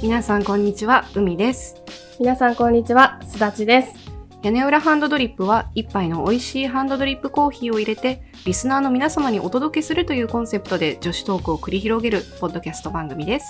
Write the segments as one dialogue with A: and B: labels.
A: 皆さんこんにちは、海です。
B: 皆さんこんにちは、すだちです。
A: 屋根裏ハンドドリップは一杯の美味しいハンドドリップコーヒーを入れてリスナーの皆様にお届けするというコンセプトで女子トークを繰り広げるポッドキャスト番組です。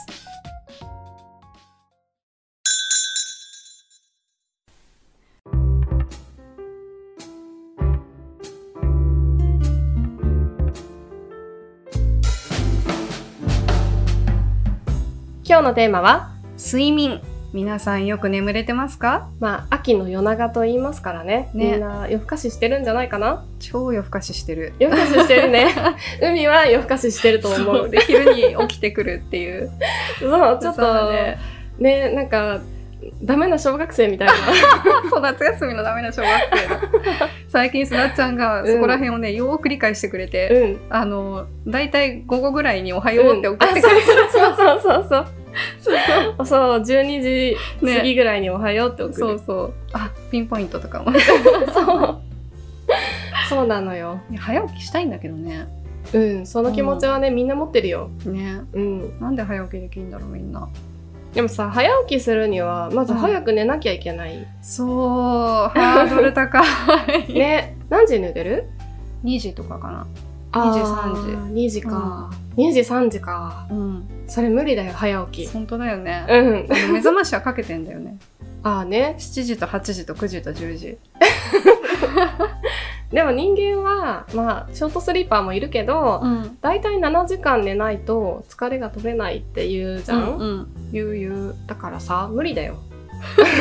B: 今日のテーマは、
A: 睡眠皆さんよく眠れてますか
B: まあ、秋の夜長と言いますからね。
A: ね
B: みんな夜更かししてるんじゃないかな
A: 超夜更かししてる
B: 夜更かししてる ね。海は夜更かししてると思う。
A: で昼に起きてくるっていう
B: そう、ち
A: ちょ
B: ょっ
A: っと
B: と、
A: ね
B: ねなんか、ダメな小学生みた いな。
A: そう夏休みのダメな小学生だ最近すなっちゃんがそこら辺をね、よーく理解してくれて、
B: うん。
A: あの大体午後ぐらいに「おはよう」って送ってく
B: う
A: れ
B: んあそうそうそうそうそう。そう、12時過ぎぐらいにおはようって
A: る、
B: 送
A: そう
B: る。
A: そうあピンポイントとかも
B: そう。そうなのよ。
A: 早起きしたいんだけどね
B: うん、その気持ちはね、みんな持ってるよ。
A: ね
B: うん。
A: なんで早起きできるんだろうみんな
B: でもさ早起きするにはまず早く寝なきゃいけない、
A: そうハードル高い
B: ね何時に寝てる
A: 2時とかかな
B: あー2時か、2時3時か
A: うん
B: それ無理だよ早起き
A: 本当だよね
B: うん
A: あの目覚ましはかけてんだよね
B: ああね
A: 7時と8時と9時と10時
B: でも人間はまあショートスリーパーもいるけど、
A: うん
B: だいたい7時間寝ないと疲れが取れないっていうじ
A: じ
B: ゃ
A: ゃ
B: ん、
A: ん、うん、
B: ゆうゆうだからさ無理だよ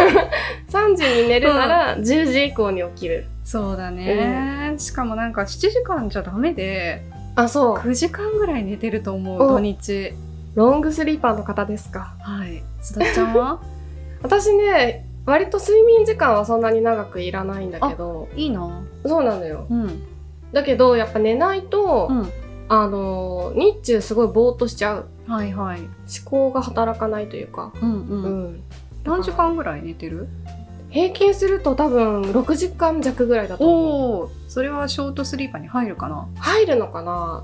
B: 3時に寝るなら10時以降に起きる、
A: そうだね、しかもなんか7時間じゃダメで
B: あそう
A: 9時間ぐらい寝てると思う
B: お
A: 土日
B: ロングスリーパーの方ですか
A: はいすだちゃんは
B: 私ね割と睡眠時間はそんなに長くいらないんだけど
A: いいな
B: そうなのよ
A: うん
B: だけどやっぱ寝ないと、
A: うん
B: あのー日中すごいぼーっとしちゃう
A: はいはい
B: 思考が働かないというか、
A: うんう、
B: うん
A: 何時間ぐらい寝てる
B: 平均すると多分6時間弱ぐらいだと思う
A: おおそれはショートスリーパーに入るかな
B: 入るのかな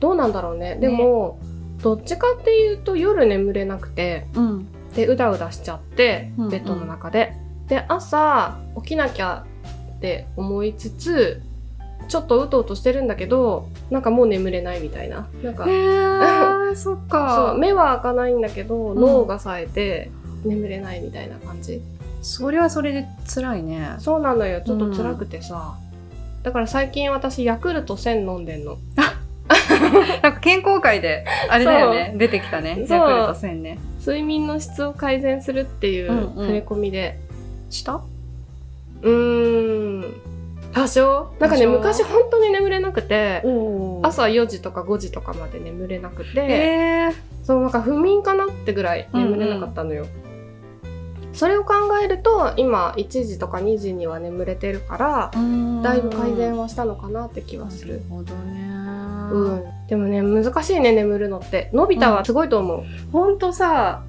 B: どうなんだろうねでもどっちかっていうと夜眠れなくて
A: うん
B: でうだうだしちゃって
A: うんうん
B: ベッドの中で、で朝起きなきゃって思いつつちょっとうとうとしてるんだけどなんかもう眠れないみたいななんか
A: へえそっ
B: そ
A: か
B: う目は開かないんだけ
A: ん
B: ど脳が冴えて眠れないみたいな感じ、
A: それはそれで辛いね
B: そうなのよちょっと辛くてさ、だから最近私ヤクルト1000飲んでんの
A: なんか健康会 であれだよね出てきたね
B: そう
A: ヤクルト1000ね
B: 睡眠の質を改善するっていう
A: うんうん
B: 触れ込みで
A: した
B: うーん多少なんかね
A: 多少
B: 昔本当に眠れなくて
A: お
B: 朝4時とか5時とかまで眠れなくて、
A: えー、
B: そうなんか不眠かなってぐらい眠れなかったのよ、それを考えると今1時とか2時には眠れてるからだいぶ改善
A: は
B: はしたのかなって気はす
A: な
B: る
A: る、ほどね
B: うんでもね難しいね眠るのってのび太はすごいと思う
A: ほんとさ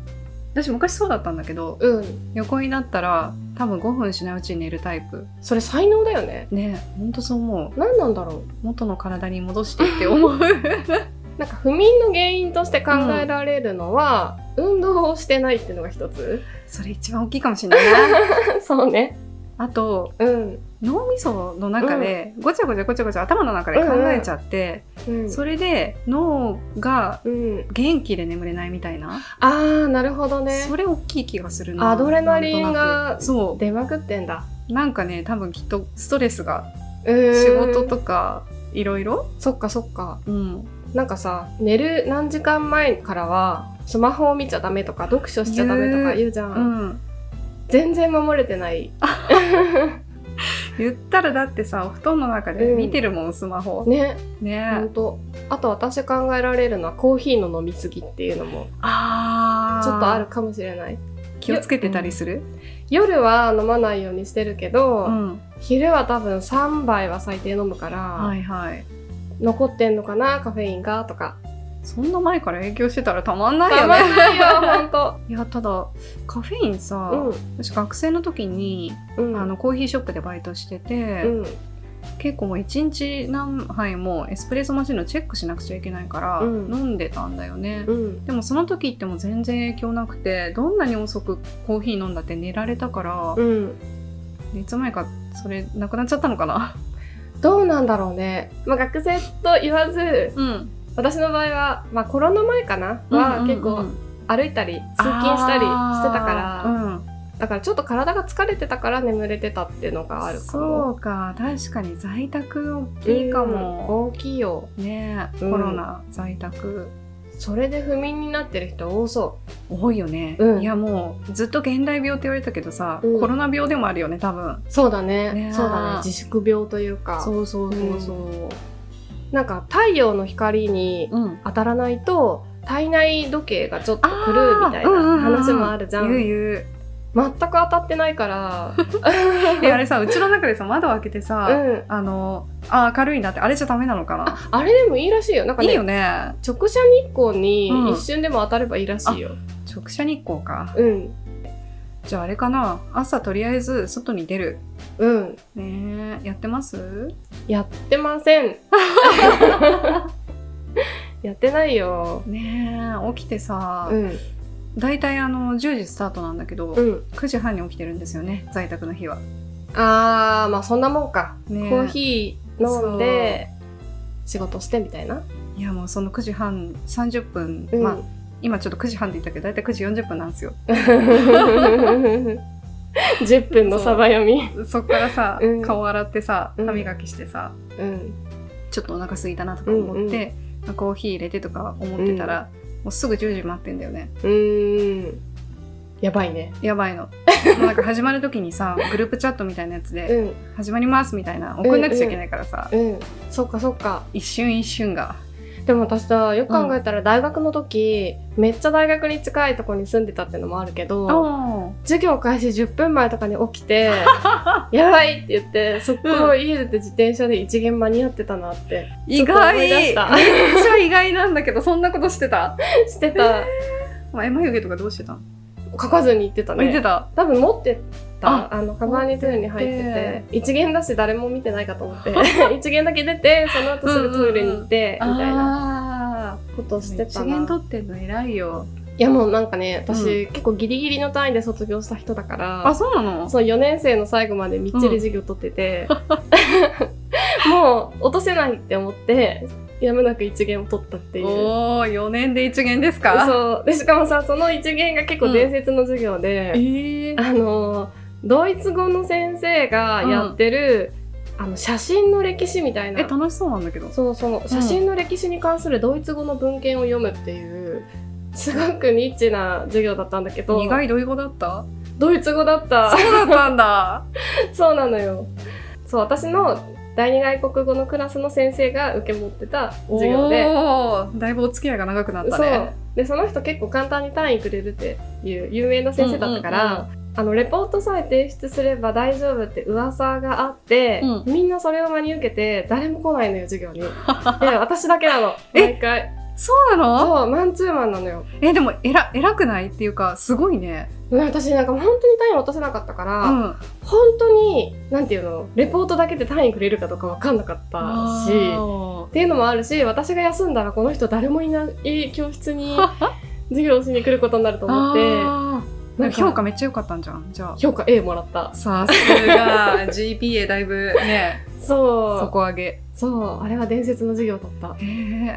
A: 私昔そうだったんだけど
B: うん、
A: 横になったら多分5分しないうちに寝るタイプ
B: それ才能だよね
A: ねほんとそう思う
B: 何なんだろ
A: 元の体に戻してって思 う
B: うなんか不眠の原因として考えられるのは、運動をしてないっていうのが一つ
A: それ一番大きいかもしれないな
B: そうね
A: あと
B: うん、
A: 脳みその中でごちゃごちゃごちゃごちゃ頭の中で考えちゃって、
B: うん、
A: それで脳が
B: うん、
A: 元気で眠れないみたいな、
B: あーなるほどね
A: それ大きい気がするな
B: アドレナリ
A: な
B: ンが
A: んとなくそ
B: 出まくってんだ
A: うなんかね多分きっとストレスが仕
B: 仕
A: 事とかいろいろ
B: そっかそっか
A: うん
B: なんかさ寝る何時間前からはスマホを見ちゃダメとか読書しちゃダメとか言うじゃん、
A: うん
B: 全然守れてない
A: 言ったらだってさお布団の中で見てるもん、スマホ
B: ね
A: ね
B: ほんとあと私考えられるのはコーヒーの飲みすぎっていうのも
A: あー
B: ちょっとあるかもしれない
A: 気をつけてたりする
B: 夜は飲まないようにしてるけど、
A: うん
B: 昼は多分3杯は最低飲むから、
A: はいはい
B: 残ってんのかなカフェインがとか
A: そんな前から影響してたらたまんない
B: た
A: よ
B: ま
A: ね
B: んないよほん と
A: いやただカフェインさ、
B: うん
A: 私学生の時に、
B: うん
A: あのコーヒーショップでバイトしてて、
B: うん
A: 結構もう一日何杯もエスプレッソマシンのチェックしなくちゃいけないから、
B: うん
A: 飲んでたんだよね、
B: うん
A: でもその時ってもう全然影響なくてどんなに遅くコーヒー飲んだって寝られたから、
B: うん、
A: いつ前かそれなくなっちゃったのか な
B: どうなんだろうね、まあ、学生と言わず
A: うん
B: 私の場合は、まあ、コロナ前かなは結構歩いたり通勤したりしてたから、
A: うん、
B: だからちょっと体が疲れてたから眠れてたっていうのがあるか
A: そ
B: も
A: うか確かに在宅大きいかも、
B: うん大きいよ
A: ねえ
B: うん
A: コロナ在宅
B: それで不眠になってる人多そ
A: 多いよね、
B: うん
A: いやもうずっと現代病って言われたけどさ、
B: うん
A: コロナ病でもあるよね多分
B: うそうだね
A: ね
B: そうだね自粛病というか
A: うそう
B: うんなんか太陽の光に
A: うん、
B: 当たらないと体内時計がちょっと狂うみたい
A: あーうんうんう
B: なん話もあるじゃん,、
A: 言う言う
B: 全く当たってないから、
A: えあれさうちの中でさ窓開けてさ、
B: うん、
A: あのあ明るいなってあれじゃダメなのか な
B: あれでもいいらしいよなんか、ね、
A: いいよね
B: 直射日光に一瞬でも当たればいいらしいよ、
A: 直射日光か
B: うん
A: じゃああれかな朝とりあえず外に出る
B: うん、
A: ねえやってます
B: やってませ んやってないよ
A: ねえ起きてさ、
B: うん
A: だいたいあの10時スタートなんだけど、
B: うん
A: 9時半に起きてるんですよね在宅の日は、
B: あーまあそんなもんか、
A: ねえ
B: コーヒー飲んで仕事してみたいない
A: やもうその9時半30分、
B: うん、
A: まあ 今ちょっと9時半って言ったけどだいたい9時40分なんですよ
B: 10分のサバ読み
A: そっからさ、
B: うん
A: 顔洗ってさ
B: うん
A: 歯磨きしてさ、
B: うん
A: ちょっとお腹空いたなとか思って、まあコーヒー入れてとか思ってたら、もうすぐ10時待ってんだよね
B: うーんやばいね
A: やばい のもうなんか始まる時にさグループチャットみたいなやつで
B: うん
A: 「始まります」みたいな送んなくちゃいけないからさ、
B: うんそっかそっか
A: 一瞬一瞬が
B: でも私さよく考えたら大学の時、めっちゃ大学に近いとこに住んでたってのもあるけど
A: お
B: 授業開始10分前とかに起き てやばいって言ってそこを家出て自転車で一元間に合ってたなって
A: 意
B: ちょっと思
A: 外
B: い出
A: め
B: し
A: っち
B: た
A: ゃ意外なんだけどそんなことしてた
B: し てた
A: 前眉毛とかどうしてたの
B: 書かずに行ってたね
A: 見てた
B: 多分持ってた
A: あ
B: あのカバンに常に入って
A: 持って
B: て一元だし誰も見てないかと 思って一元だけ出てその後すぐトイレに行ってみたいな
A: な
B: ことしてた
A: 一
B: な
A: 元取ってんの偉いよ
B: いやもうなんかね私、結構ギリギリの単位で卒業した人だから
A: あそうなの
B: そう4年生の最後までみっちり授業取ってて、もう落とせないって思ってやむなく一元を取ったっていう。
A: おー4年で一元ですか
B: そうでしかもさその一元が結構伝説の授業で、
A: ええ
B: あのドイツ語の先生がやってる、あの写真の歴史みたい
A: え
B: な
A: 楽しそうなんだけど
B: そうそう写真の歴史に関するドイツ語の文献を読むっていうすごくニッチな授業だったんだけど
A: 意外どい語だった
B: ドイツ語だっ
A: そ
B: た
A: うだったん だ
B: そうなのよそう私の第二外国語のクラスの先生が受け持ってた授業で
A: おーだいぶお付き合いが長くなった
B: そ
A: ね
B: うでその人結構簡単に単位くれるっていう有名な先生だったから、あのレポートさえ提出すれば大丈夫って噂があって、
A: う
B: みんなそれを真に受けて誰も来ないのよ授業 にで私だけなの
A: え
B: 毎回
A: そうなの
B: そうマンツーマンなのよ
A: えでもえら偉くないっていうかすごいね
B: 私なんか本当に単位落とせなかったから、
A: うん
B: 本当になんていうのレポートだけで単位くれるかどうか分かんなかったし
A: おー
B: っていうのもあるし私が休んだらこの人誰もいない教室に 授業しに来ることになると思って
A: あーなんか評価めっちゃ良かったんじゃんじゃあ
B: 評価 A もらった
A: さすが GPA だいぶね
B: そう
A: 底上げ
B: そうあれは伝説の授業だった
A: え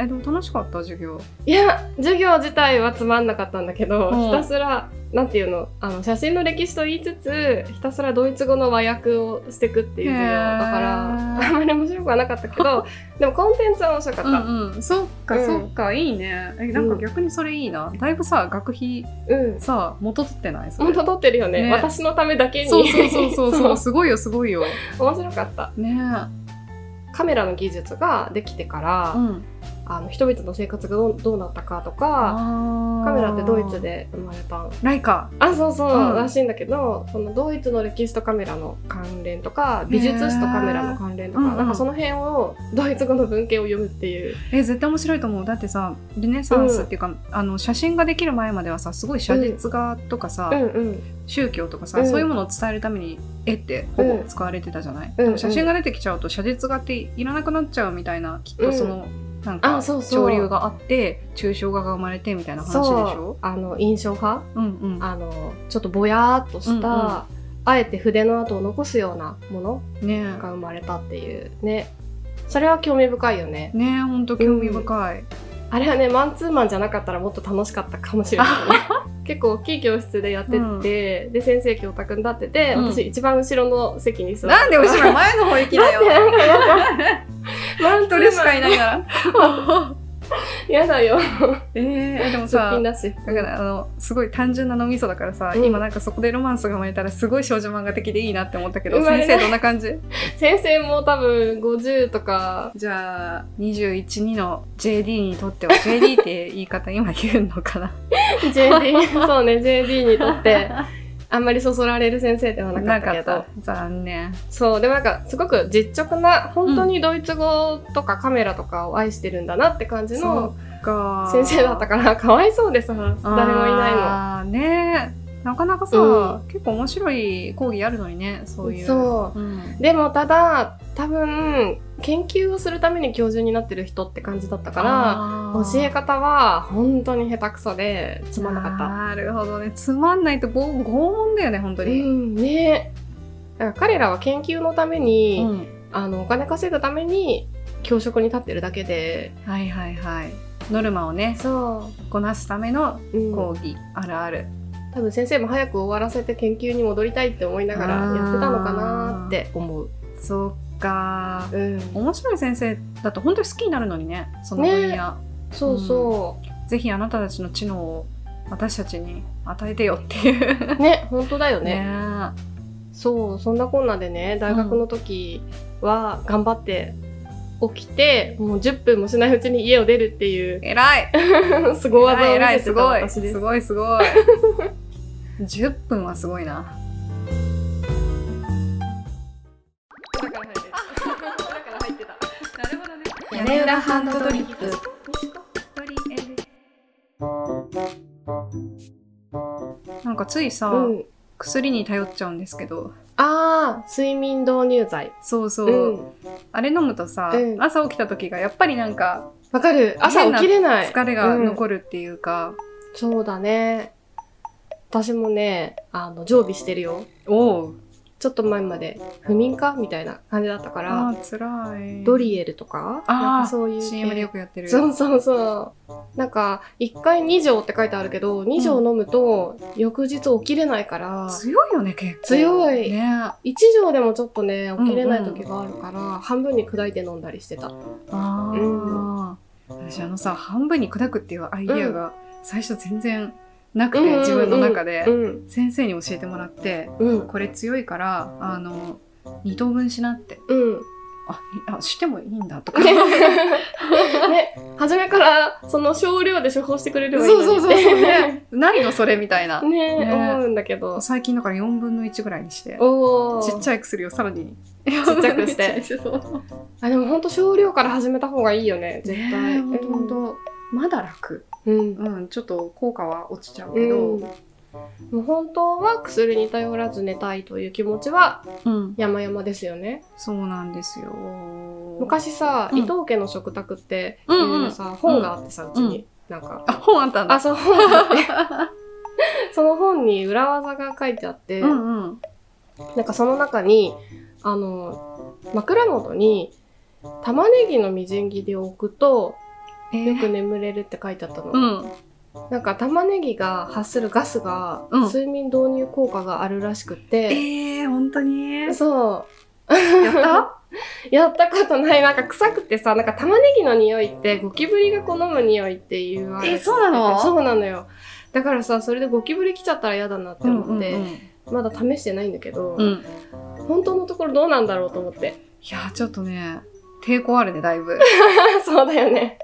A: ー、えでも楽しかった授業
B: いや授業自体はつまんなかったんだけど、
A: うん
B: ひたすらなんていうのあの写真の歴史と言いつつひたすらドイツ語の和訳をしていくっていう授業だから
A: へー
B: あんまり面白くはなかったけどでもコンテンツは面白かった、
A: うんうんそっか、
B: うん
A: そっかいいねえなんか逆にそれいいなだいぶさ学費
B: うん
A: さ元取ってないそれ
B: 本当撮ってるよね
A: ね
B: 私のためだけに
A: そうそうそうそうそう
B: そ
A: すごいよすごいよ
B: う面白かった
A: ね
B: カメラの技術ができてから、
A: うん
B: あの人々の生活がどうどうなったかとかカ
A: カ
B: メラってドイツで生まれたん
A: ライカ
B: あそうそう、
A: うん
B: らしいんだけどそのドイツの歴史とカメラの関連とか美術史とカメラの関連とか、
A: へーうんうん
B: なんかその辺をドイツ語の文献を読むっていう
A: え絶対面白いと思うだってさルネサンスっていうか、あの写真ができる前まではさすごい写実画とかさ、
B: うんうん
A: 宗教とかさ、
B: うん
A: そういうものを伝えるために絵ってほぼ使われてたじゃない、でも写真が出てきちゃうと写実画っていらなくなっちゃうみたいなきっとその、なんか
B: あそうそ
A: 潮
B: う
A: 流があって抽象画が生まれてみたいな話でし
B: そう
A: ょ
B: あの印象派
A: う、んうん、
B: あのちょっとぼやーっとした、
A: うんうん
B: あえて筆の跡を残すようなもの
A: ね
B: が生まれたっていうねそれは興味深いよね
A: えねえほんと興味深い、
B: あれはねマンツーマンじゃなかったらもっと楽しかったかもしれない ね結構大きい教室でやってて、
A: うん
B: で先生教託に立ってて、
A: うん
B: 私一番後ろの席に座って
A: なんで後ろ前の方行きなよ
B: マン
A: 一人しかいないいなら
B: 嫌だよ
A: ええでも
B: すっ
A: さ
B: ぴんだし
A: だからあのすごい単純な脳みそだからさ、
B: うん
A: 今なんかそこでロマンスが生まれたらすごい少女漫画的でいいなって思ったけど
B: 生まれ
A: 先
B: ない
A: 生どんな感じ
B: 先生も多分50とか
A: じゃあ212の JD にとっては JD って言い方今言うのかな
B: JD そうね JD にとってあんまりそそられる先生ではなか
A: な
B: った
A: か
B: け
A: っ
B: ど
A: た残念
B: そうでもなんかすごく実直な本当にドイツ語とかカメラとかを愛してるんだなって感じの
A: うか
B: 先生だった
A: か
B: からかわいそうでさ誰もいないの。
A: あーねえなかなかさ、
B: う
A: 結構面白い講義あるのにねそういう、
B: そううでもただ多分研究をするために教授になってる人って感じだったから
A: ら
B: 教え方は本当に下手くそでつまんなかった。
A: なるほどねつまんないと拷拷問だよね本当
B: う
A: に、
B: んねだから彼らは研究のために、
A: うん
B: あのお金稼ぐために教職に立ってるだけで
A: はいはいはいノルマをね
B: そ
A: こなすための
B: う、うん、
A: 講義、あるある
B: 多分先生も早く終わらせて研究に戻りたいって思いながらやってたのかなって思う。
A: そっか
B: うん、
A: 面白い先生だと本当に好きになるのにねその分野、
B: そうそ
A: ぜひあなたたちの知能を私たちに与えてよっていう
B: う。ね、本当だよね。
A: ね
B: そう、そんなこんなでね、大学の時は頑張って起きて、もう10分もしないうちに家を出るっ ていう、
A: えらい
B: すご技を
A: え
B: 見
A: らい
B: せ
A: す
B: てた
A: ごい
B: 私ですす。
A: ごいすごい 10分はすごいな
B: だから入ってた。だから入ってた。
A: なるほどね
C: 屋根裏ハンドドリップ
A: なんかついさ、
B: うん。
A: 薬に頼っちゃうんですけど
B: ああ、睡眠導入剤。
A: そうそうう、
B: ん。
A: あれ飲むとさ、
B: うん
A: 朝起きた時がやっぱりなんか
B: わかる朝
A: 変な
B: 起きれない。
A: 疲れが
B: うん
A: 残るっていうか、
B: そうだね。私もね、あの、常備してるよ。
A: おう
B: ちょっと前まで、不眠かみたいな感じだったか
A: あ
B: ら、
A: ー辛い
B: ドリエルとか、なん
A: あ
B: か
A: あ
B: そういう系。
A: CM でよくやってる
B: そうそうそう。なんか、1回2錠って書いてあるけど、2錠飲むと、翌日起きれないから、
A: 強いよね結構
B: 強い
A: ねあ
B: 1錠でもちょっとね、起きれない時があるから、半分に砕いて飲んだりしてた。
A: あー、私あのさ半分に砕くっていうアイディアが最初全然なくて、
B: うんうんうん
A: 自分の中で、
B: うん。
A: 先生に教えてもらって
B: うん。
A: これ強いからあの2等分しなって
B: うん。
A: あいあしてもいいんだと か
B: ね、 初めから、その少量で処方してくれればいい
A: そう
B: の
A: そう
B: にっ
A: そう
B: て
A: そう、ね、 何のそれみたいな、
B: ね
A: ね
B: 思うんだけど。
A: 最近だから4分の1ぐらいにして
B: おお。
A: ちっちゃい薬をさらにち
B: っちゃ くして
A: そう
B: あ、でも本当少量から始めた方がいいよね、絶
A: 絶
B: 対。
A: 対本当本当まだ楽
B: うん。
A: うんちょっと効果は落ちちゃう
B: う
A: け
B: ん
A: ど、
B: もう本当は薬に頼らず寝たいという気持ちは
A: うん、
B: 山々ですよね。
A: そうなんですよ。
B: 昔さ、
A: うん
B: 伊藤家の食卓ってい
A: うんうん
B: うさ、本があってさ、うちに。なんか。
A: あ本あったんだ。
B: あ、そう、本があって。 その本に裏技が書いてあって、
A: うんうん。
B: なんかその中に、あの、枕元に玉ねぎのみじん切りを置くと、
A: えー
B: よく眠れるって書いてあったの。
A: うん。
B: なんか玉ねぎが発するガスが、
A: うん
B: 睡眠導入効果があるらしくて、
A: えー、本当に。やっ
B: そう。
A: た？
B: やったことない。なんか臭くてさ、なんか玉ねぎの匂いってゴキブリが好む匂いっていうあれ
A: えそうなの
B: そうなのよ。だからさ、それでゴキブリ来ちゃったら嫌だなって
A: うん
B: 思
A: う
B: っ
A: ん
B: て、まだ試してないんだけ
A: う
B: ど、
A: ん。うん。い
B: 本当のところどうなんだろうと思って。
A: やちょっとね抵抗あるねだいぶ。
B: そうだよね。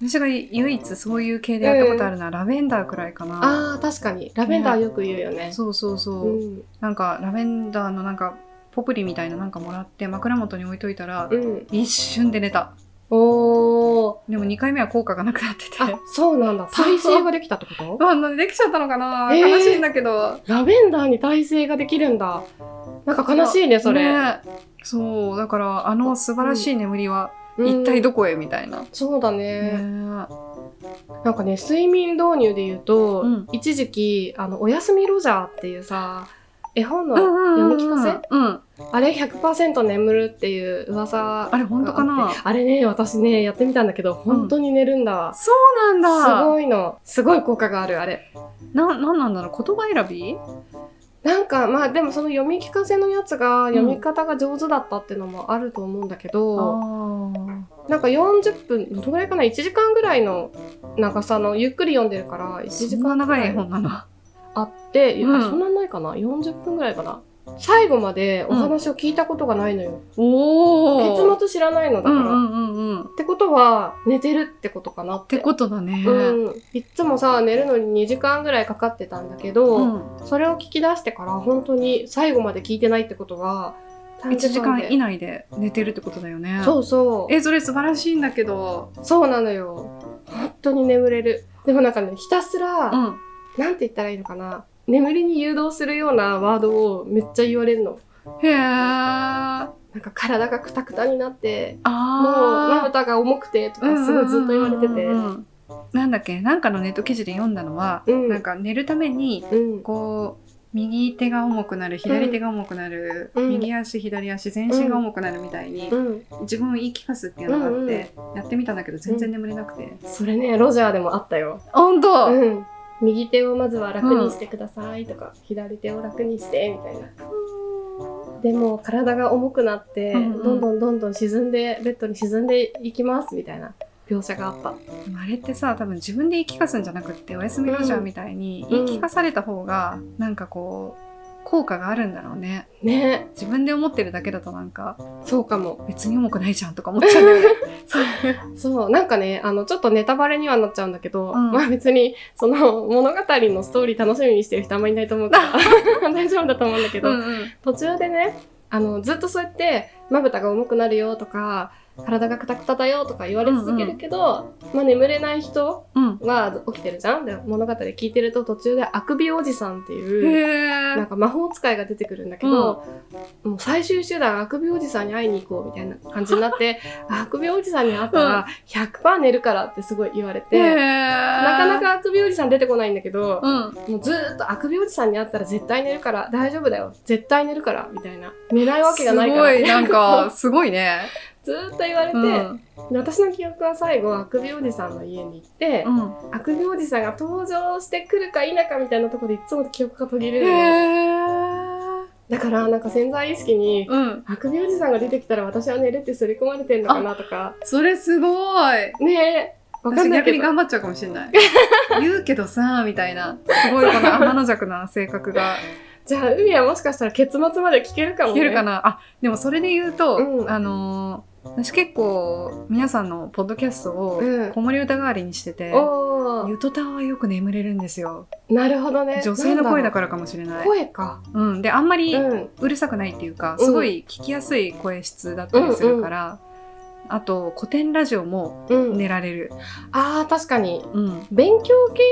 A: 私が唯一そういう系でやったことあるのはラベンダーくらいかな、
B: あー確かにラベンダーよく言うよね
A: そうそうそう、
B: うん
A: なんかラベンダーのなんかポプリみたいななんかもらって枕元に置いといたら、
B: うん
A: 一瞬で寝た
B: おー
A: でも2回目は効果がなくなってて
B: あそうなんだ
A: そう
B: 耐性ができたってこと
A: まあなんでできちゃったのかな、
B: えー
A: 悲しいんだけど
B: ラベンダーに耐性ができるんだなんか悲しいねそれ、
A: ねそうだからあの素晴らしい眠りは
B: うん
A: 一体どこへみたいな、
B: そうだ
A: ね
B: ね、なんかね睡眠導入で言うと、
A: うん
B: 一時期あの「おやすみロジャー」っていうさ絵本の
A: うん
B: 読み聞かせ
A: うん
B: あれ100%眠るっていう噂が
A: あれ本当かな
B: あってあれね私ねやってみたんだけど本当に寝るんだわ、
A: そうなんだ
B: すごいのすごい効果があるあれ
A: ななんなんだろう言葉選び
B: なんかまあでもその読み聞かせのやつが読み方が上手だったっていうのもあると思うんだけ
A: あ
B: ど、
A: ー
B: なんか40分どのぐらいかな1時間ぐらいの長さのゆっくり読んでるから1時
A: そん
B: 間
A: な
B: ぐ
A: 長
B: ら
A: い絵
B: い
A: 本なの
B: あって、
A: うん
B: あそんなんないかな40分ぐらいかな最後までお話を聞いたことがないのよ、
A: おお
B: 結末知らないのだ
A: う
B: から、
A: んうんうんうんっ
B: ってことは寝てるってことかなって
A: てことだね、
B: うん、いっつもさ寝るのに2時間ぐらいかかってたんだけど、
A: うん
B: それを聞き出してから本当に最後まで聞いてないってことは短
A: 1時間
B: で
A: 以内で寝てるってことだよね
B: そうそう
A: えそれ素晴らしいんだけど
B: そうなのよ本当に眠れるでもなんかねひたすら、
A: うん
B: なんて言ったらいいのかな眠りに誘導するようなワードをめっちゃ言われるの
A: へえあ
B: なんか体がクタクタになってもうま
A: あ
B: ぶたが重くてとかすごいずっと言われてて
A: なんだっけなんかのネット記事で読んだのは、
B: うん
A: なんか寝るために
B: うん
A: こう右手が重くなる左手が重くなる、
B: うん
A: 右足左足全身が重くなるみたいに、
B: うん
A: 自分を言い聞かすっていうのがあって、やってみたんだけど全然眠れなくて、
B: それねロジャーでもあったよ
A: 本当、
B: うん、右手をまずは楽にしてくださいとか、左手を楽にしてみたいなでも体が重くなって、
A: うんうん
B: どんどんどんどん沈んでベッドに沈んでいきますみたいな描写があった
A: でもあれってさ多分自分で言い聞かすんじゃなくっておやすみロジャーみたいに
B: ん
A: 言い聞かされた方がなんかこう効果があるんだろうね
B: ね
A: 自分で思ってるだけだとなんか
B: そうかも
A: 別に重くないじゃんとか思っちゃうんだよね
B: そうなんかねあのちょっとネタバレにはなっちゃうんだけど、
A: うん
B: まあ別にその物語のストーリー楽しみにしてる人あんまりいないと 思うから大丈夫だと思うんだけど、
A: うん
B: 途中でねあのずっとそうやってまぶたが重くなるよとか体がくたくただよとか言われ続けるけど、まあ、眠れない人
A: うん
B: は起きてるじゃんで物語聞いてると途中であくびおじさんって
A: うん
B: いう
A: へ
B: なん
A: え
B: か魔法使いが出てくるんだけど、もう最終手段あくびおじさんに会いに行こうみたいな感じになって あくびおじさんに会ったら100%寝るからってすごい言われて、なかなかあくびおじさん出てこないんだけど、
A: うん
B: もうずーっとあくびおじさんに会ったら絶対寝るから大丈夫だよ絶対寝るからみたいな寝ないわけがないから
A: すごいなんかすごいね、
B: ずーっと言われて、
A: うん
B: で私の記憶は最後あくびおじさんの家に行って、
A: うん、
B: あくびおじさんが登場してくるか否かみたいなところでいつも記憶が途切れ
A: へ
B: るのよ
A: え
B: だからなんか潜在意識に
A: うん
B: あくびおじさんが出てきたら私は寝るって刷り込まれてんのかなとか
A: それすごい
B: ねえわか
A: 私
B: んない
A: 逆
B: け
A: に
B: ど
A: 頑張っちゃうかもしれ ない言うけどさみたいなすごいこの天の弱な性格が
B: じゃあ海はもしかしたら結末まで聞けるかも、ね、
A: いけるかなあでもそれで言うと、
B: うん
A: あのー私結構皆さんのポッドキャストを
B: うん
A: 子守歌代わりにしてて、
B: お
A: ゆとたわはよく眠れるんですよ
B: ーなるほどね
A: 女性の声だ
B: か
A: からかもしれない
B: 声か
A: うん、であんまり
B: うん
A: うるさくないっていうか、
B: うん
A: すごい聞きやすい声質だったりするから、あと古典ラジオも
B: うん
A: 寝られる、
B: あー確かに
A: うん、
B: 勉強系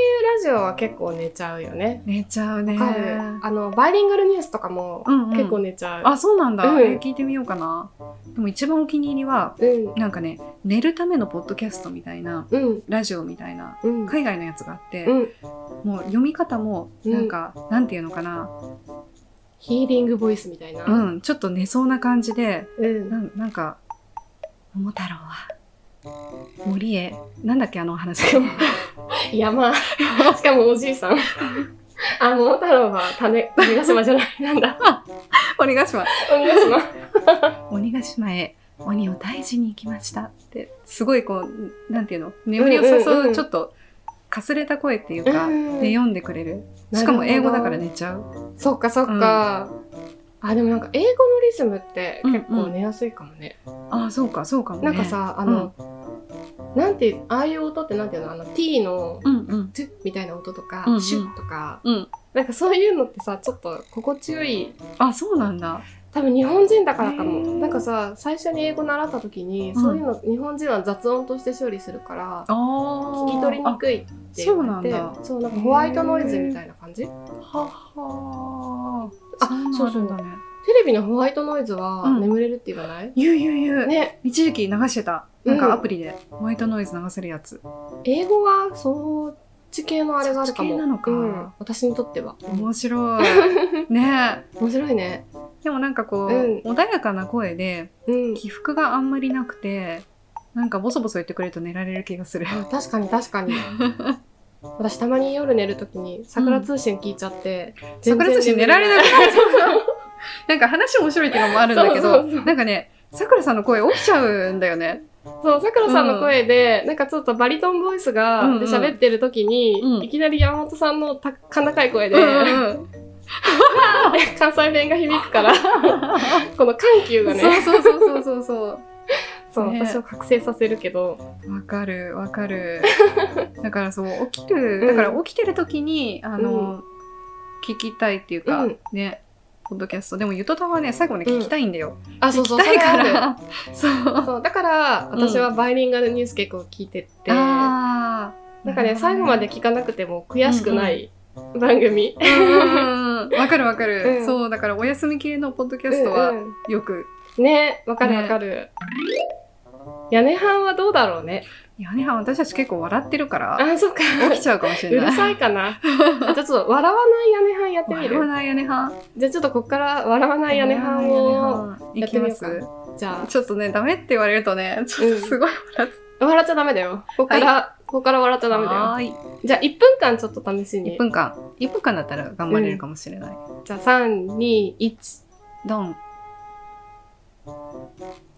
B: ラジオは結構寝ちゃうよね。
A: 寝ちゃうね
B: わかる。あのバイリンガルニュースとかも
A: うんうん
B: 結構寝ちゃう。
A: あそうなんだ、
B: うん
A: えー聞いてみようかなでも一番お気に入りは
B: うん
A: なんかね寝るためのポッドキャストみたいな
B: うん
A: ラジオみたいな
B: うん
A: 海外のやつがあって、
B: うん。
A: もう読み方もなんか、なんていうのかな、
B: ヒーリングボイスみたいな。
A: う。ん、ちょっと寝そうな感じで
B: うん。
A: なんなんか「桃太郎は森へ」なんだっけあのお話
B: 山。しかもおじいさん。あ桃太郎は種種ヶ島じ ゃないなんだ。
A: 鬼ヶ島
B: 鬼ヶ島。
A: 鬼ヶ島へ鬼を退治に行きましたってすごいこうなんていうの眠りを誘う,、
B: うんうんうん
A: ちょっとかすれた声っていうか、
B: うん
A: で読んでくれる
B: なるほど
A: しかも英語だから寝ちゃう
B: そっかそっか。あでもなんか英語のリズムって結
A: うんう
B: 構
A: ん
B: 寝やすいかもね。
A: ああそうかそうかもね
B: なんかさあの、なんていうああいう音ってなんていうのあの T の
A: うんうん
B: トゥッみたいな音とか、
A: うんうん
B: シュッとか、
A: うん
B: なんかそういうのってさちょっと心地よい
A: あそうなんだ
B: 多分日本人だからか
A: へ
B: も
A: ー
B: なんかさ最初に英語習った時に、
A: うん
B: そういうの日本人は雑音として処理するから
A: あ
B: 聞き取りにくいって言われて
A: あそうなん
B: そうなんかホワイトノイズみたいな感じ
A: はは
B: あ
A: そうなんだね
B: テレビのホワイトノイズは
A: うん
B: 眠れるって言わない、
A: ゆうゆうゆう
B: ね
A: 一時期流してたなん
B: うん
A: かアプリでホワイトノイズ流せるやつ
B: 英語はそっち系のあれがあるかも
A: そっち系なのか
B: うん、私にとっては
A: 面白い ねえ
B: 面白いね
A: でもなんかこう
B: うん
A: 穏やかな声で
B: うん
A: 起伏があんまりなくてなんかボソボソ言ってくれると寝られる気がする
B: あ確かに確 かに私たまに夜寝るときに桜通信聞いちゃって、全然
A: 桜通信寝られなくなっちゃうなんか話面白いっていうのもあるんだけど
B: そうそうそう
A: なんかねさくらさんの声起きちゃうんだよね
B: そう、さくらさんの声で、なんかちょっとバリトンボイスが、
A: うんうん
B: で喋ってる時に、
A: うん
B: いきなり山本さんのた甲高い声で、
A: うん
B: 関西弁が響く から、この緩急
A: う
B: が
A: ん
B: ね、
A: そうそうそうそうそう
B: そう、
A: ね
B: 私を覚醒させるけど、
A: わかるわかる だからそう起きる
B: うん
A: だから起きてる時にあの、聞きたいっていうか、
B: うん
A: ねポッドキャストでもゆとたんはね最後ね聞きたいんだよ、
B: あ、そうそう、
A: 聞きたいか
B: それある
A: らそう
B: そう、だから、
A: うん
B: 私はバイリンガルニュース結構聞いてて、なん
A: あー
B: かね、最後まで聞かなくても悔しくない番組。
A: うんうんうんわかるわかる、
B: うん
A: そうだからお休み系のポッドキャスト
B: うん
A: は
B: うん
A: よく、
B: ね、わかるわかる。屋根班はどうだろうね。
A: いやね私たち結構笑ってるから
B: あ、そっか。
A: 起きちゃうかもし
B: う
A: れ
B: る
A: ない
B: さいかな。あじゃあちょっと笑わない屋根班やってみ
A: 笑わ
B: る。
A: ない屋根はん
B: じゃあちょっとこっから笑わない屋根班を、
A: いきます
B: やってみじゃ
A: ちょっとねダメって言われるとねちょっとすごい笑って
B: あ、笑っちゃダメだよ。こっから、こっから笑っちゃダメだよ。
A: はーい
B: じゃあ1分間ちょっと試し
A: 1
B: に。
A: 分間1分間だったら頑張れるかもしれない、
B: じゃあ3、2、1。
A: ドン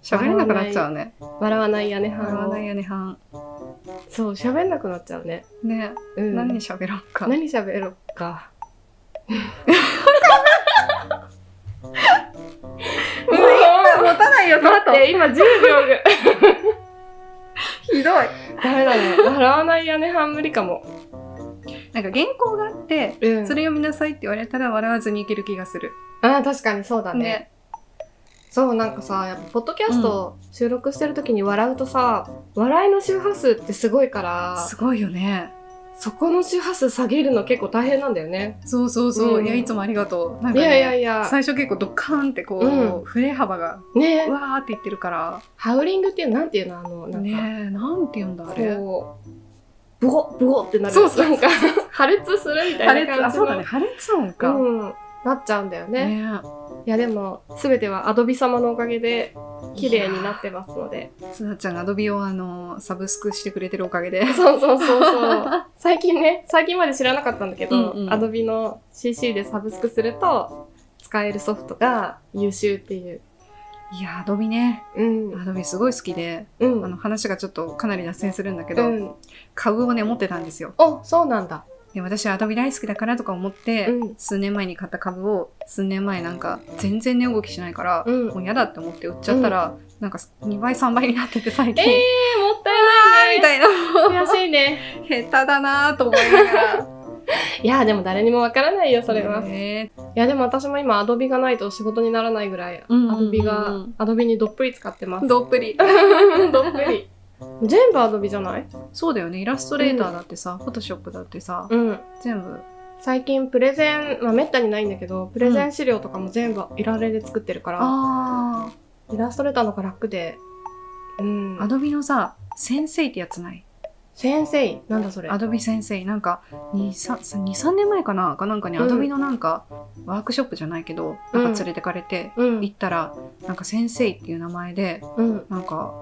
A: 喋れなくなっちゃうね
B: 笑わない屋根
A: 笑わ
B: 班
A: な
B: を
A: い。よねはん
B: そう、喋んなくなっちゃうね。
A: ね、
B: うん。
A: 何喋ろうか
B: 何喋ろうか。もう
A: 持たないよ
B: 待って、今10秒ぐ
A: ひどい
B: ダメだね。笑わない屋根半無理かも。
A: なんか原稿があって
B: うん
A: それ読みなさいって言われたら笑わずにいける気がする
B: ああ、確かにそうだね。
A: ね
B: そう、なんかさ、やっぱポッドキャスト収録してる時に笑うとさ、笑いの周波数ってすごいから、
A: すごいよね
B: そこの周波数下げるの結構大変なんだよね。
A: そうそうそう、
B: うん
A: いやいつもありがとうなん
B: い
A: か、ね、
B: やいやいや、
A: 最初結構ドカーンってこう、
B: うん
A: 振れ幅が
B: ね
A: う、わーっていってるから
B: ハウリングっていうなんていうのあの、なんか、
A: ねえなんて言うんだあれ
B: こう、ブゴブゴってなる。
A: そうそう
B: なんか、破裂するみた
A: 破
B: い
A: 裂
B: な感じの。
A: あそうだね破裂音か、
B: うん。なっちゃうんだよね。
A: ねえ
B: いや、でも、すべてはアドビ様のおかげで、綺麗になってますので。
A: すなちゃんがアドビをあのサブスクしてくれてるおかげで
B: そうそうそう そう。最近ね、最近まで知らなかったんだけど、
A: うんうん
B: アドビの CC でサブスクすると、使えるソフトが優秀っていう。
A: いやアドビね
B: うん。
A: アドビすごい好きで、
B: うん。
A: あの話がちょっとかなり脱線するんだけ
B: う
A: ど、
B: ん。
A: 株をね持ってたんですよ
B: お、そうなんだ。
A: で私アドビ大好きだからとか思って、
B: うん
A: 数年前に買った株を数年前なんか全然値動きしないから、
B: うん
A: もう嫌だって思って売っちゃったら、なんか2倍3倍になってて最
B: え
A: 近、
B: ー、もったい
A: み
B: ない
A: たい
B: ね。
A: な
B: 悔しいね。
A: 下手だなと思いなが ら
B: いや、でも誰にもわからないよ、それは。い
A: ね
B: や、でも私も今、アドビがないと仕事にならないぐらい、
A: うんうんうん
B: アドビが、アドビにどっぷり使っ てます。
A: どっぷり
B: どっぷり。全部アドビじゃない
A: そうだよねイラストレーターだってさ、フォトショップだってさ、
B: うん。
A: 全部
B: 最近プレゼン、まあ、めったにないんだけどプレゼン資料とかも全部いられで作ってるから、
A: あ
B: イラストレーターの方が楽で、うん
A: ー、アドビのさ先生ってやつない
B: 先生なんだそれ
A: アドビ先生なんか23年前かなかなんかね、
B: うん
A: アドビのなんかワークショップじゃないけど
B: うん
A: なんか連れてかれて、
B: うん
A: 行ったらなんか先生っていう名前で
B: うん
A: なんか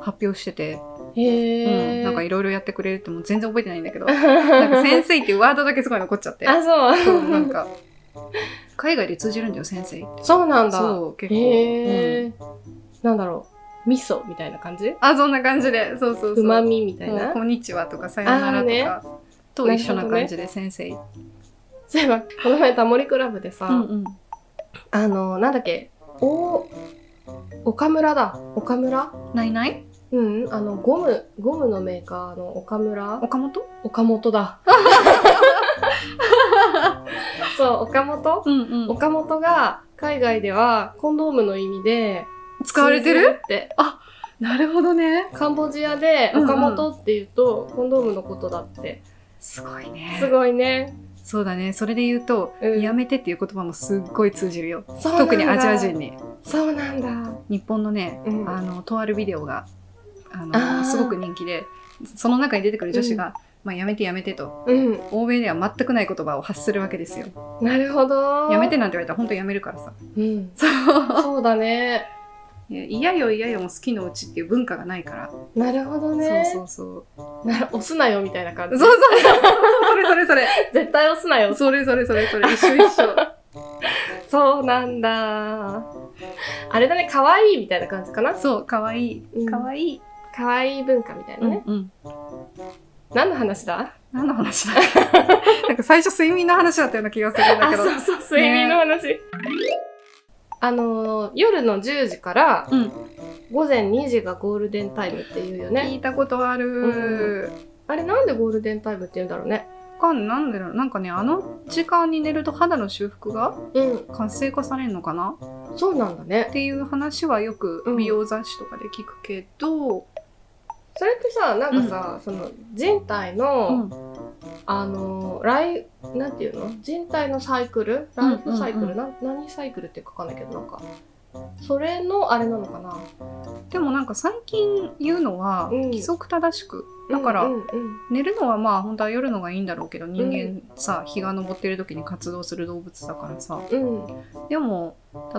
A: 発表してて、
B: へ
A: う
B: え、
A: ん、なんかいろいろやってくれるってもう全然覚えてないんだけ ど
B: な
A: なんか先生っていうワードだけすごい残っちゃって
B: あそう
A: そうなんか海外で通じるんだよ先生って
B: そうなんだ
A: そう結構、
B: へ
A: うん
B: え、なんだろう味噌みたいな感じ
A: あそんな感じでそうそうそう
B: うまみみたい
A: もう
B: な
A: こんにちはとかさよならとか、
B: あ
A: と一緒な感じで先生、
B: そういえばこの前タモリクラブでさ、
A: うん
B: あのなんだっけお岡村だ岡村
A: ないない
B: うん、あの、ゴム、ゴムのメーカーの岡村、
A: 岡本
B: 岡本だ。 そう、岡本
A: うんうん。
B: 岡本が海外ではコンドームの意味で
A: 使われてる
B: 通じるって
A: なるほどね。
B: カンボジアで
A: うんうん
B: 岡本って言うとコンドームのことだって
A: すごいね。
B: すごいね、
A: そうだね。それで言うと、
B: うん
A: やめてっていう言葉もすっごい通じるよ。
B: そうなんだ
A: 特にアジア人に。
B: そうなんだ、
A: 日本のね、
B: うん
A: あのとあるビデオがあの
B: あー
A: すごく人気でその中に出てくる女子が、まあ、やめてやめてと
B: うん、
A: 欧米では全くない言葉を発するわけですよ
B: なるほど
A: やめてなんて言われたら本当やめるからさ
B: うん
A: そう
B: そうだね
A: いや嫌よ嫌よも好きのうちっていう文化がないから、
B: なるほどね
A: そうそう
B: なる押すなよみたいな感
A: そうそう
B: じ
A: そうそうそれそれ
B: 絶対押すなよ
A: それそれそれそれそれ一緒一緒
B: そうなんだあれだね可愛いみたいな感じかな
A: そうかわいい
B: うん
A: かわいい、
B: 可愛い文化みたいなね、
A: うん
B: 何の話だ
A: 何の話だ なんか最初睡眠の話だったような気がするんだ
B: あ
A: けど
B: そうそう睡眠の話、あのー夜の10時から
A: うん
B: 午前2時がゴールデンタイムっていうよね
A: 聞いたことある、
B: あれなんでゴールデンタイムって言うんだろうね
A: わかんなんでだろうなんかねあの時間に寝ると肌の修復が
B: うん
A: 活性化されるのかなっ
B: そうなんだね
A: ていう話はよ
B: う
A: く
B: ん
A: 美容雑誌とかで聞くけど、
B: それってさなんかさ、その人体の、
A: うん
B: あのライなんていうの人体のサイクルライフサイクル、
A: うんうん
B: な何サイクルって書かないけどなんかそれのあれなのかな
A: でもなんか最近言うのは
B: うん
A: 規則正しく、だから
B: うんうん
A: 寝るのはまあ本当は夜のがいいんだろうけど人間さ日が昇ってる時に活動する動物だからさ
B: うん
A: でも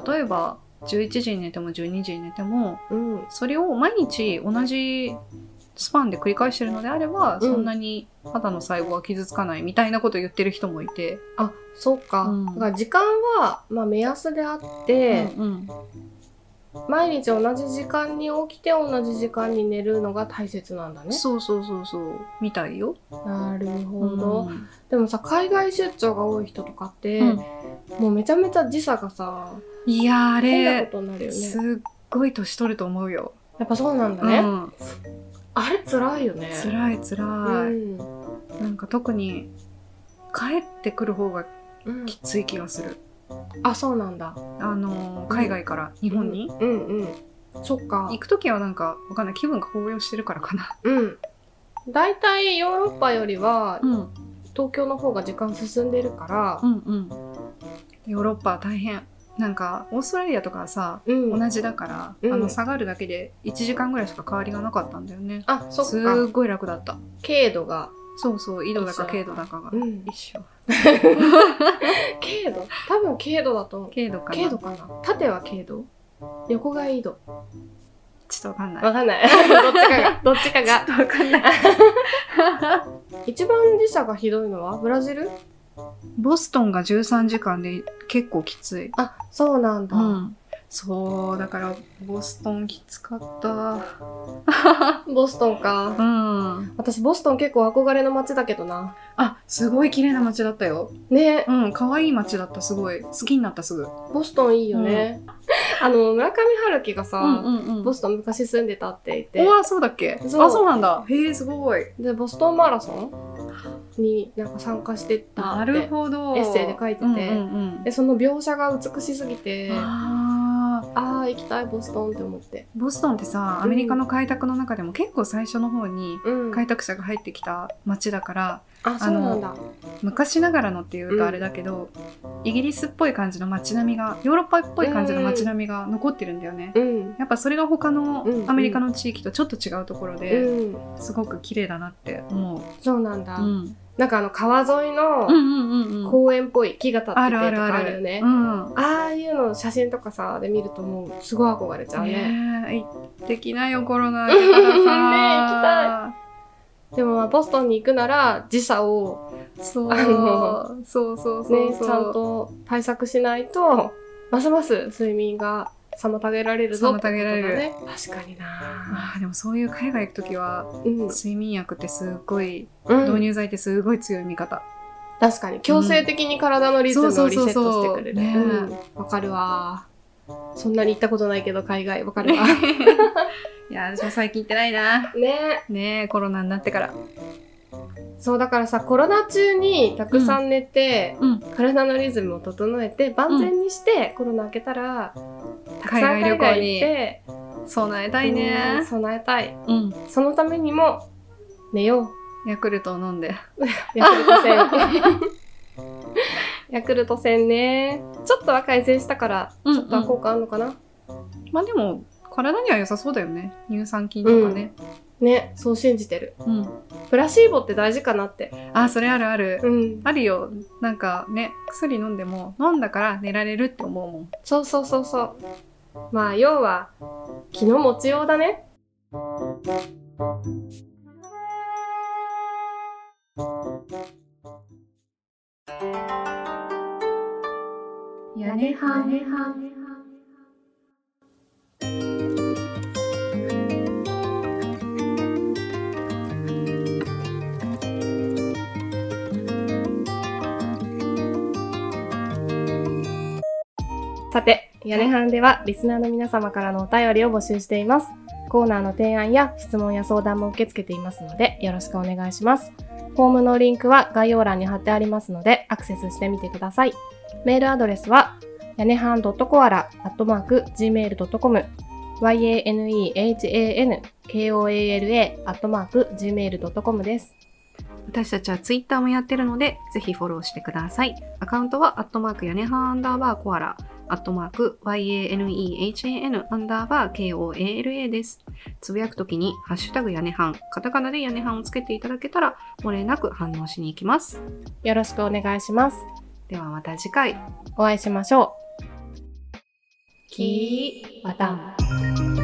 A: 例えば11時に寝ても12時に寝ても
B: うんうん
A: それを毎日同じスパンで繰り返してるのであれば、
B: ん
A: そんなに肌の細胞は傷つかないみたいなことを言ってる人もいて、
B: あそうか,、
A: うん
B: だから時間は、まあ、目安であって、
A: うん
B: 毎日同じ時間に起きて同じ時間に寝るのが大切なんだ
A: うん
B: ね
A: そうそうそうそうみたいよ。
B: なる
A: う
B: ほ
A: ん
B: ど、でもさ海外出張が多い人とかって、
A: うん
B: もうめちゃめちゃ時差がさ
A: いやーあ
B: 変な
A: れ
B: ことになるよね
A: すっごい年取ると思うよ。
B: やっぱそうなんだね、
A: うん、
B: あれ辛いよね
A: 辛い辛い、
B: うん
A: なんか特に帰ってくる方が
B: うん
A: きつい気がする。
B: あそうなんだ
A: あのー海外から日本に、
B: うんうんそっか
A: 行く時はなんかわかんない気分が高揚してるからかな。
B: うん大体ヨーロッパよりは
A: うん
B: 東京の方が時間進んでるから
A: うんうん、ヨーロッパは大変なんかオーストラリアとかはさ
B: うん、
A: 同じだから、
B: うん
A: あの下がるだけで1時間ぐらいしか変わりがなかったんだよね
B: あそ
A: す
B: っ
A: っ
B: か
A: ごい楽だった
B: 軽度が
A: そうそう緯度だか経度だかが
B: うん
A: 一緒
B: 軽度多分軽度だと思う
A: 経度かな
B: 軽度かな縦は軽度横が緯度
A: ちょっとわかんない
B: わかんない どっちかがどっちかが
A: わかんない
B: 一番時差がひどいのはブラジル
A: ボストンが13時間で結構きつい
B: あそうなんだ、
A: うんそうだからボストンきつかった
B: ボストンか
A: うん
B: 私ボストン結構憧れの街だけどな
A: あすごい綺麗な街だったよ
B: ね
A: うん可愛い街だったすごい好きになったすぐ
B: ボストンいいよね、 あの村上春樹がさ、
A: んうん
B: ボストン昔住んでたって言って
A: うわそうだっけ
B: そう
A: あそうなんだへえすごい
B: でボストンマラソンになんか参加してた
A: な
B: っ
A: る
B: て
A: ほど
B: エッセイで書いてて
A: うんうんうん
B: でその描写が美しすぎてあ
A: あー
B: あー行きたいボストンって思って
A: ボストンってさアメリカの開拓の中でも結構最初の方に
B: うん
A: 開拓者が入ってきた街だから
B: あそうなんだ
A: 昔ながらのっていうとあれだけど、イギリスっぽい感じの街並みがヨーロッパっぽい感じの街並みが残ってるんだよね、
B: うん
A: やっぱそれが他の
B: うん
A: アメリカの地域とちょっと違うところ
B: う
A: で、
B: ん
A: すごく綺麗だなって思う、
B: そうなんだ、
A: うん、
B: なんかあの川沿いの
A: うんうんうんうん
B: 公園っぽい木が立ってて
A: あ
B: と
A: るあるある
B: かあるよね
A: うん
B: ああいうの写真とかさで見るともうすごい憧れちゃうね
A: ねえ行ってきなよコロナ
B: ねえ
A: 行
B: でもまあボストンに行くなら時差を
A: きたいそう
B: あの
A: そうそうそう
B: ね、
A: そう
B: ちゃんと対策しないとますます睡眠が妨げられるぞ
A: 妨げられる
B: ってことだね確かにな、
A: ああでもそういう海外行く時は
B: うん
A: 睡眠薬ってすっごい、
B: う
A: 導
B: ん、
A: 入剤ってすごい強い味方
B: 確かに強制的に体のリズムをリセットしてくれる
A: うんそうそうそうそうね
B: うんわ、かるわそんなに行ったことないけど、海外わかるわ。
A: いや、私も最近行ってないな。
B: ね
A: ねえ、コロナになってから。
B: そう、だからさ、コロナ中にたくさん寝て、
A: うん。
B: 体のリズムを整えて、万全にして、コロナ明けたら、たく
A: 海
B: さ
A: 外
B: ん海
A: 旅行
B: 外行っ
A: に
B: て、
A: 備えたい
B: うん
A: ね。
B: 備えたい。
A: うん。
B: そのためにも、寝よう。
A: ヤクルトを飲んで。
B: ヤクルト戦。 ヤクルト戦ね。ちょっとは改善したから、
A: うん
B: ちょっとは効果あるのかな、
A: まあでも、体には良さそうだよね。乳酸菌とかね。
B: ね、そう信じてる。
A: うん。
B: プラシーボって大事かなって。
A: あ、それあるある。
B: うん。
A: あるよ。なんかね、薬飲んでも、飲んだから寝られるって思うもん。
B: そうそうそうそう。まあ、要は、気の持ちようだね。
A: やねはねは
B: さて、屋根班ではリスナーの皆様からのお便りを募集しています。コーナーの提案や質問や相談も受け付けていますので、よろしくお願いします。フォームのリンクは概要欄に貼ってありますので、アクセスしてみてください。メールアドレスは、屋根班 .coala.gmail.com yanehankoala.gmail.com です。
C: 私たちはツイッターもやってるので、ぜひフォローしてください。アカウントは、アットマーク屋根半アンダーバーコアラ、アットマーク YANEHAN アンダーバー KOALA です。つぶやくときに、ハッシュタグ屋根半、カタカナで屋根半をつけていただけたら、漏れなく反応しに行きます。
B: よろしくお願いします。
C: ではまた次回。
B: お会いしましょう。
C: キー、
B: また。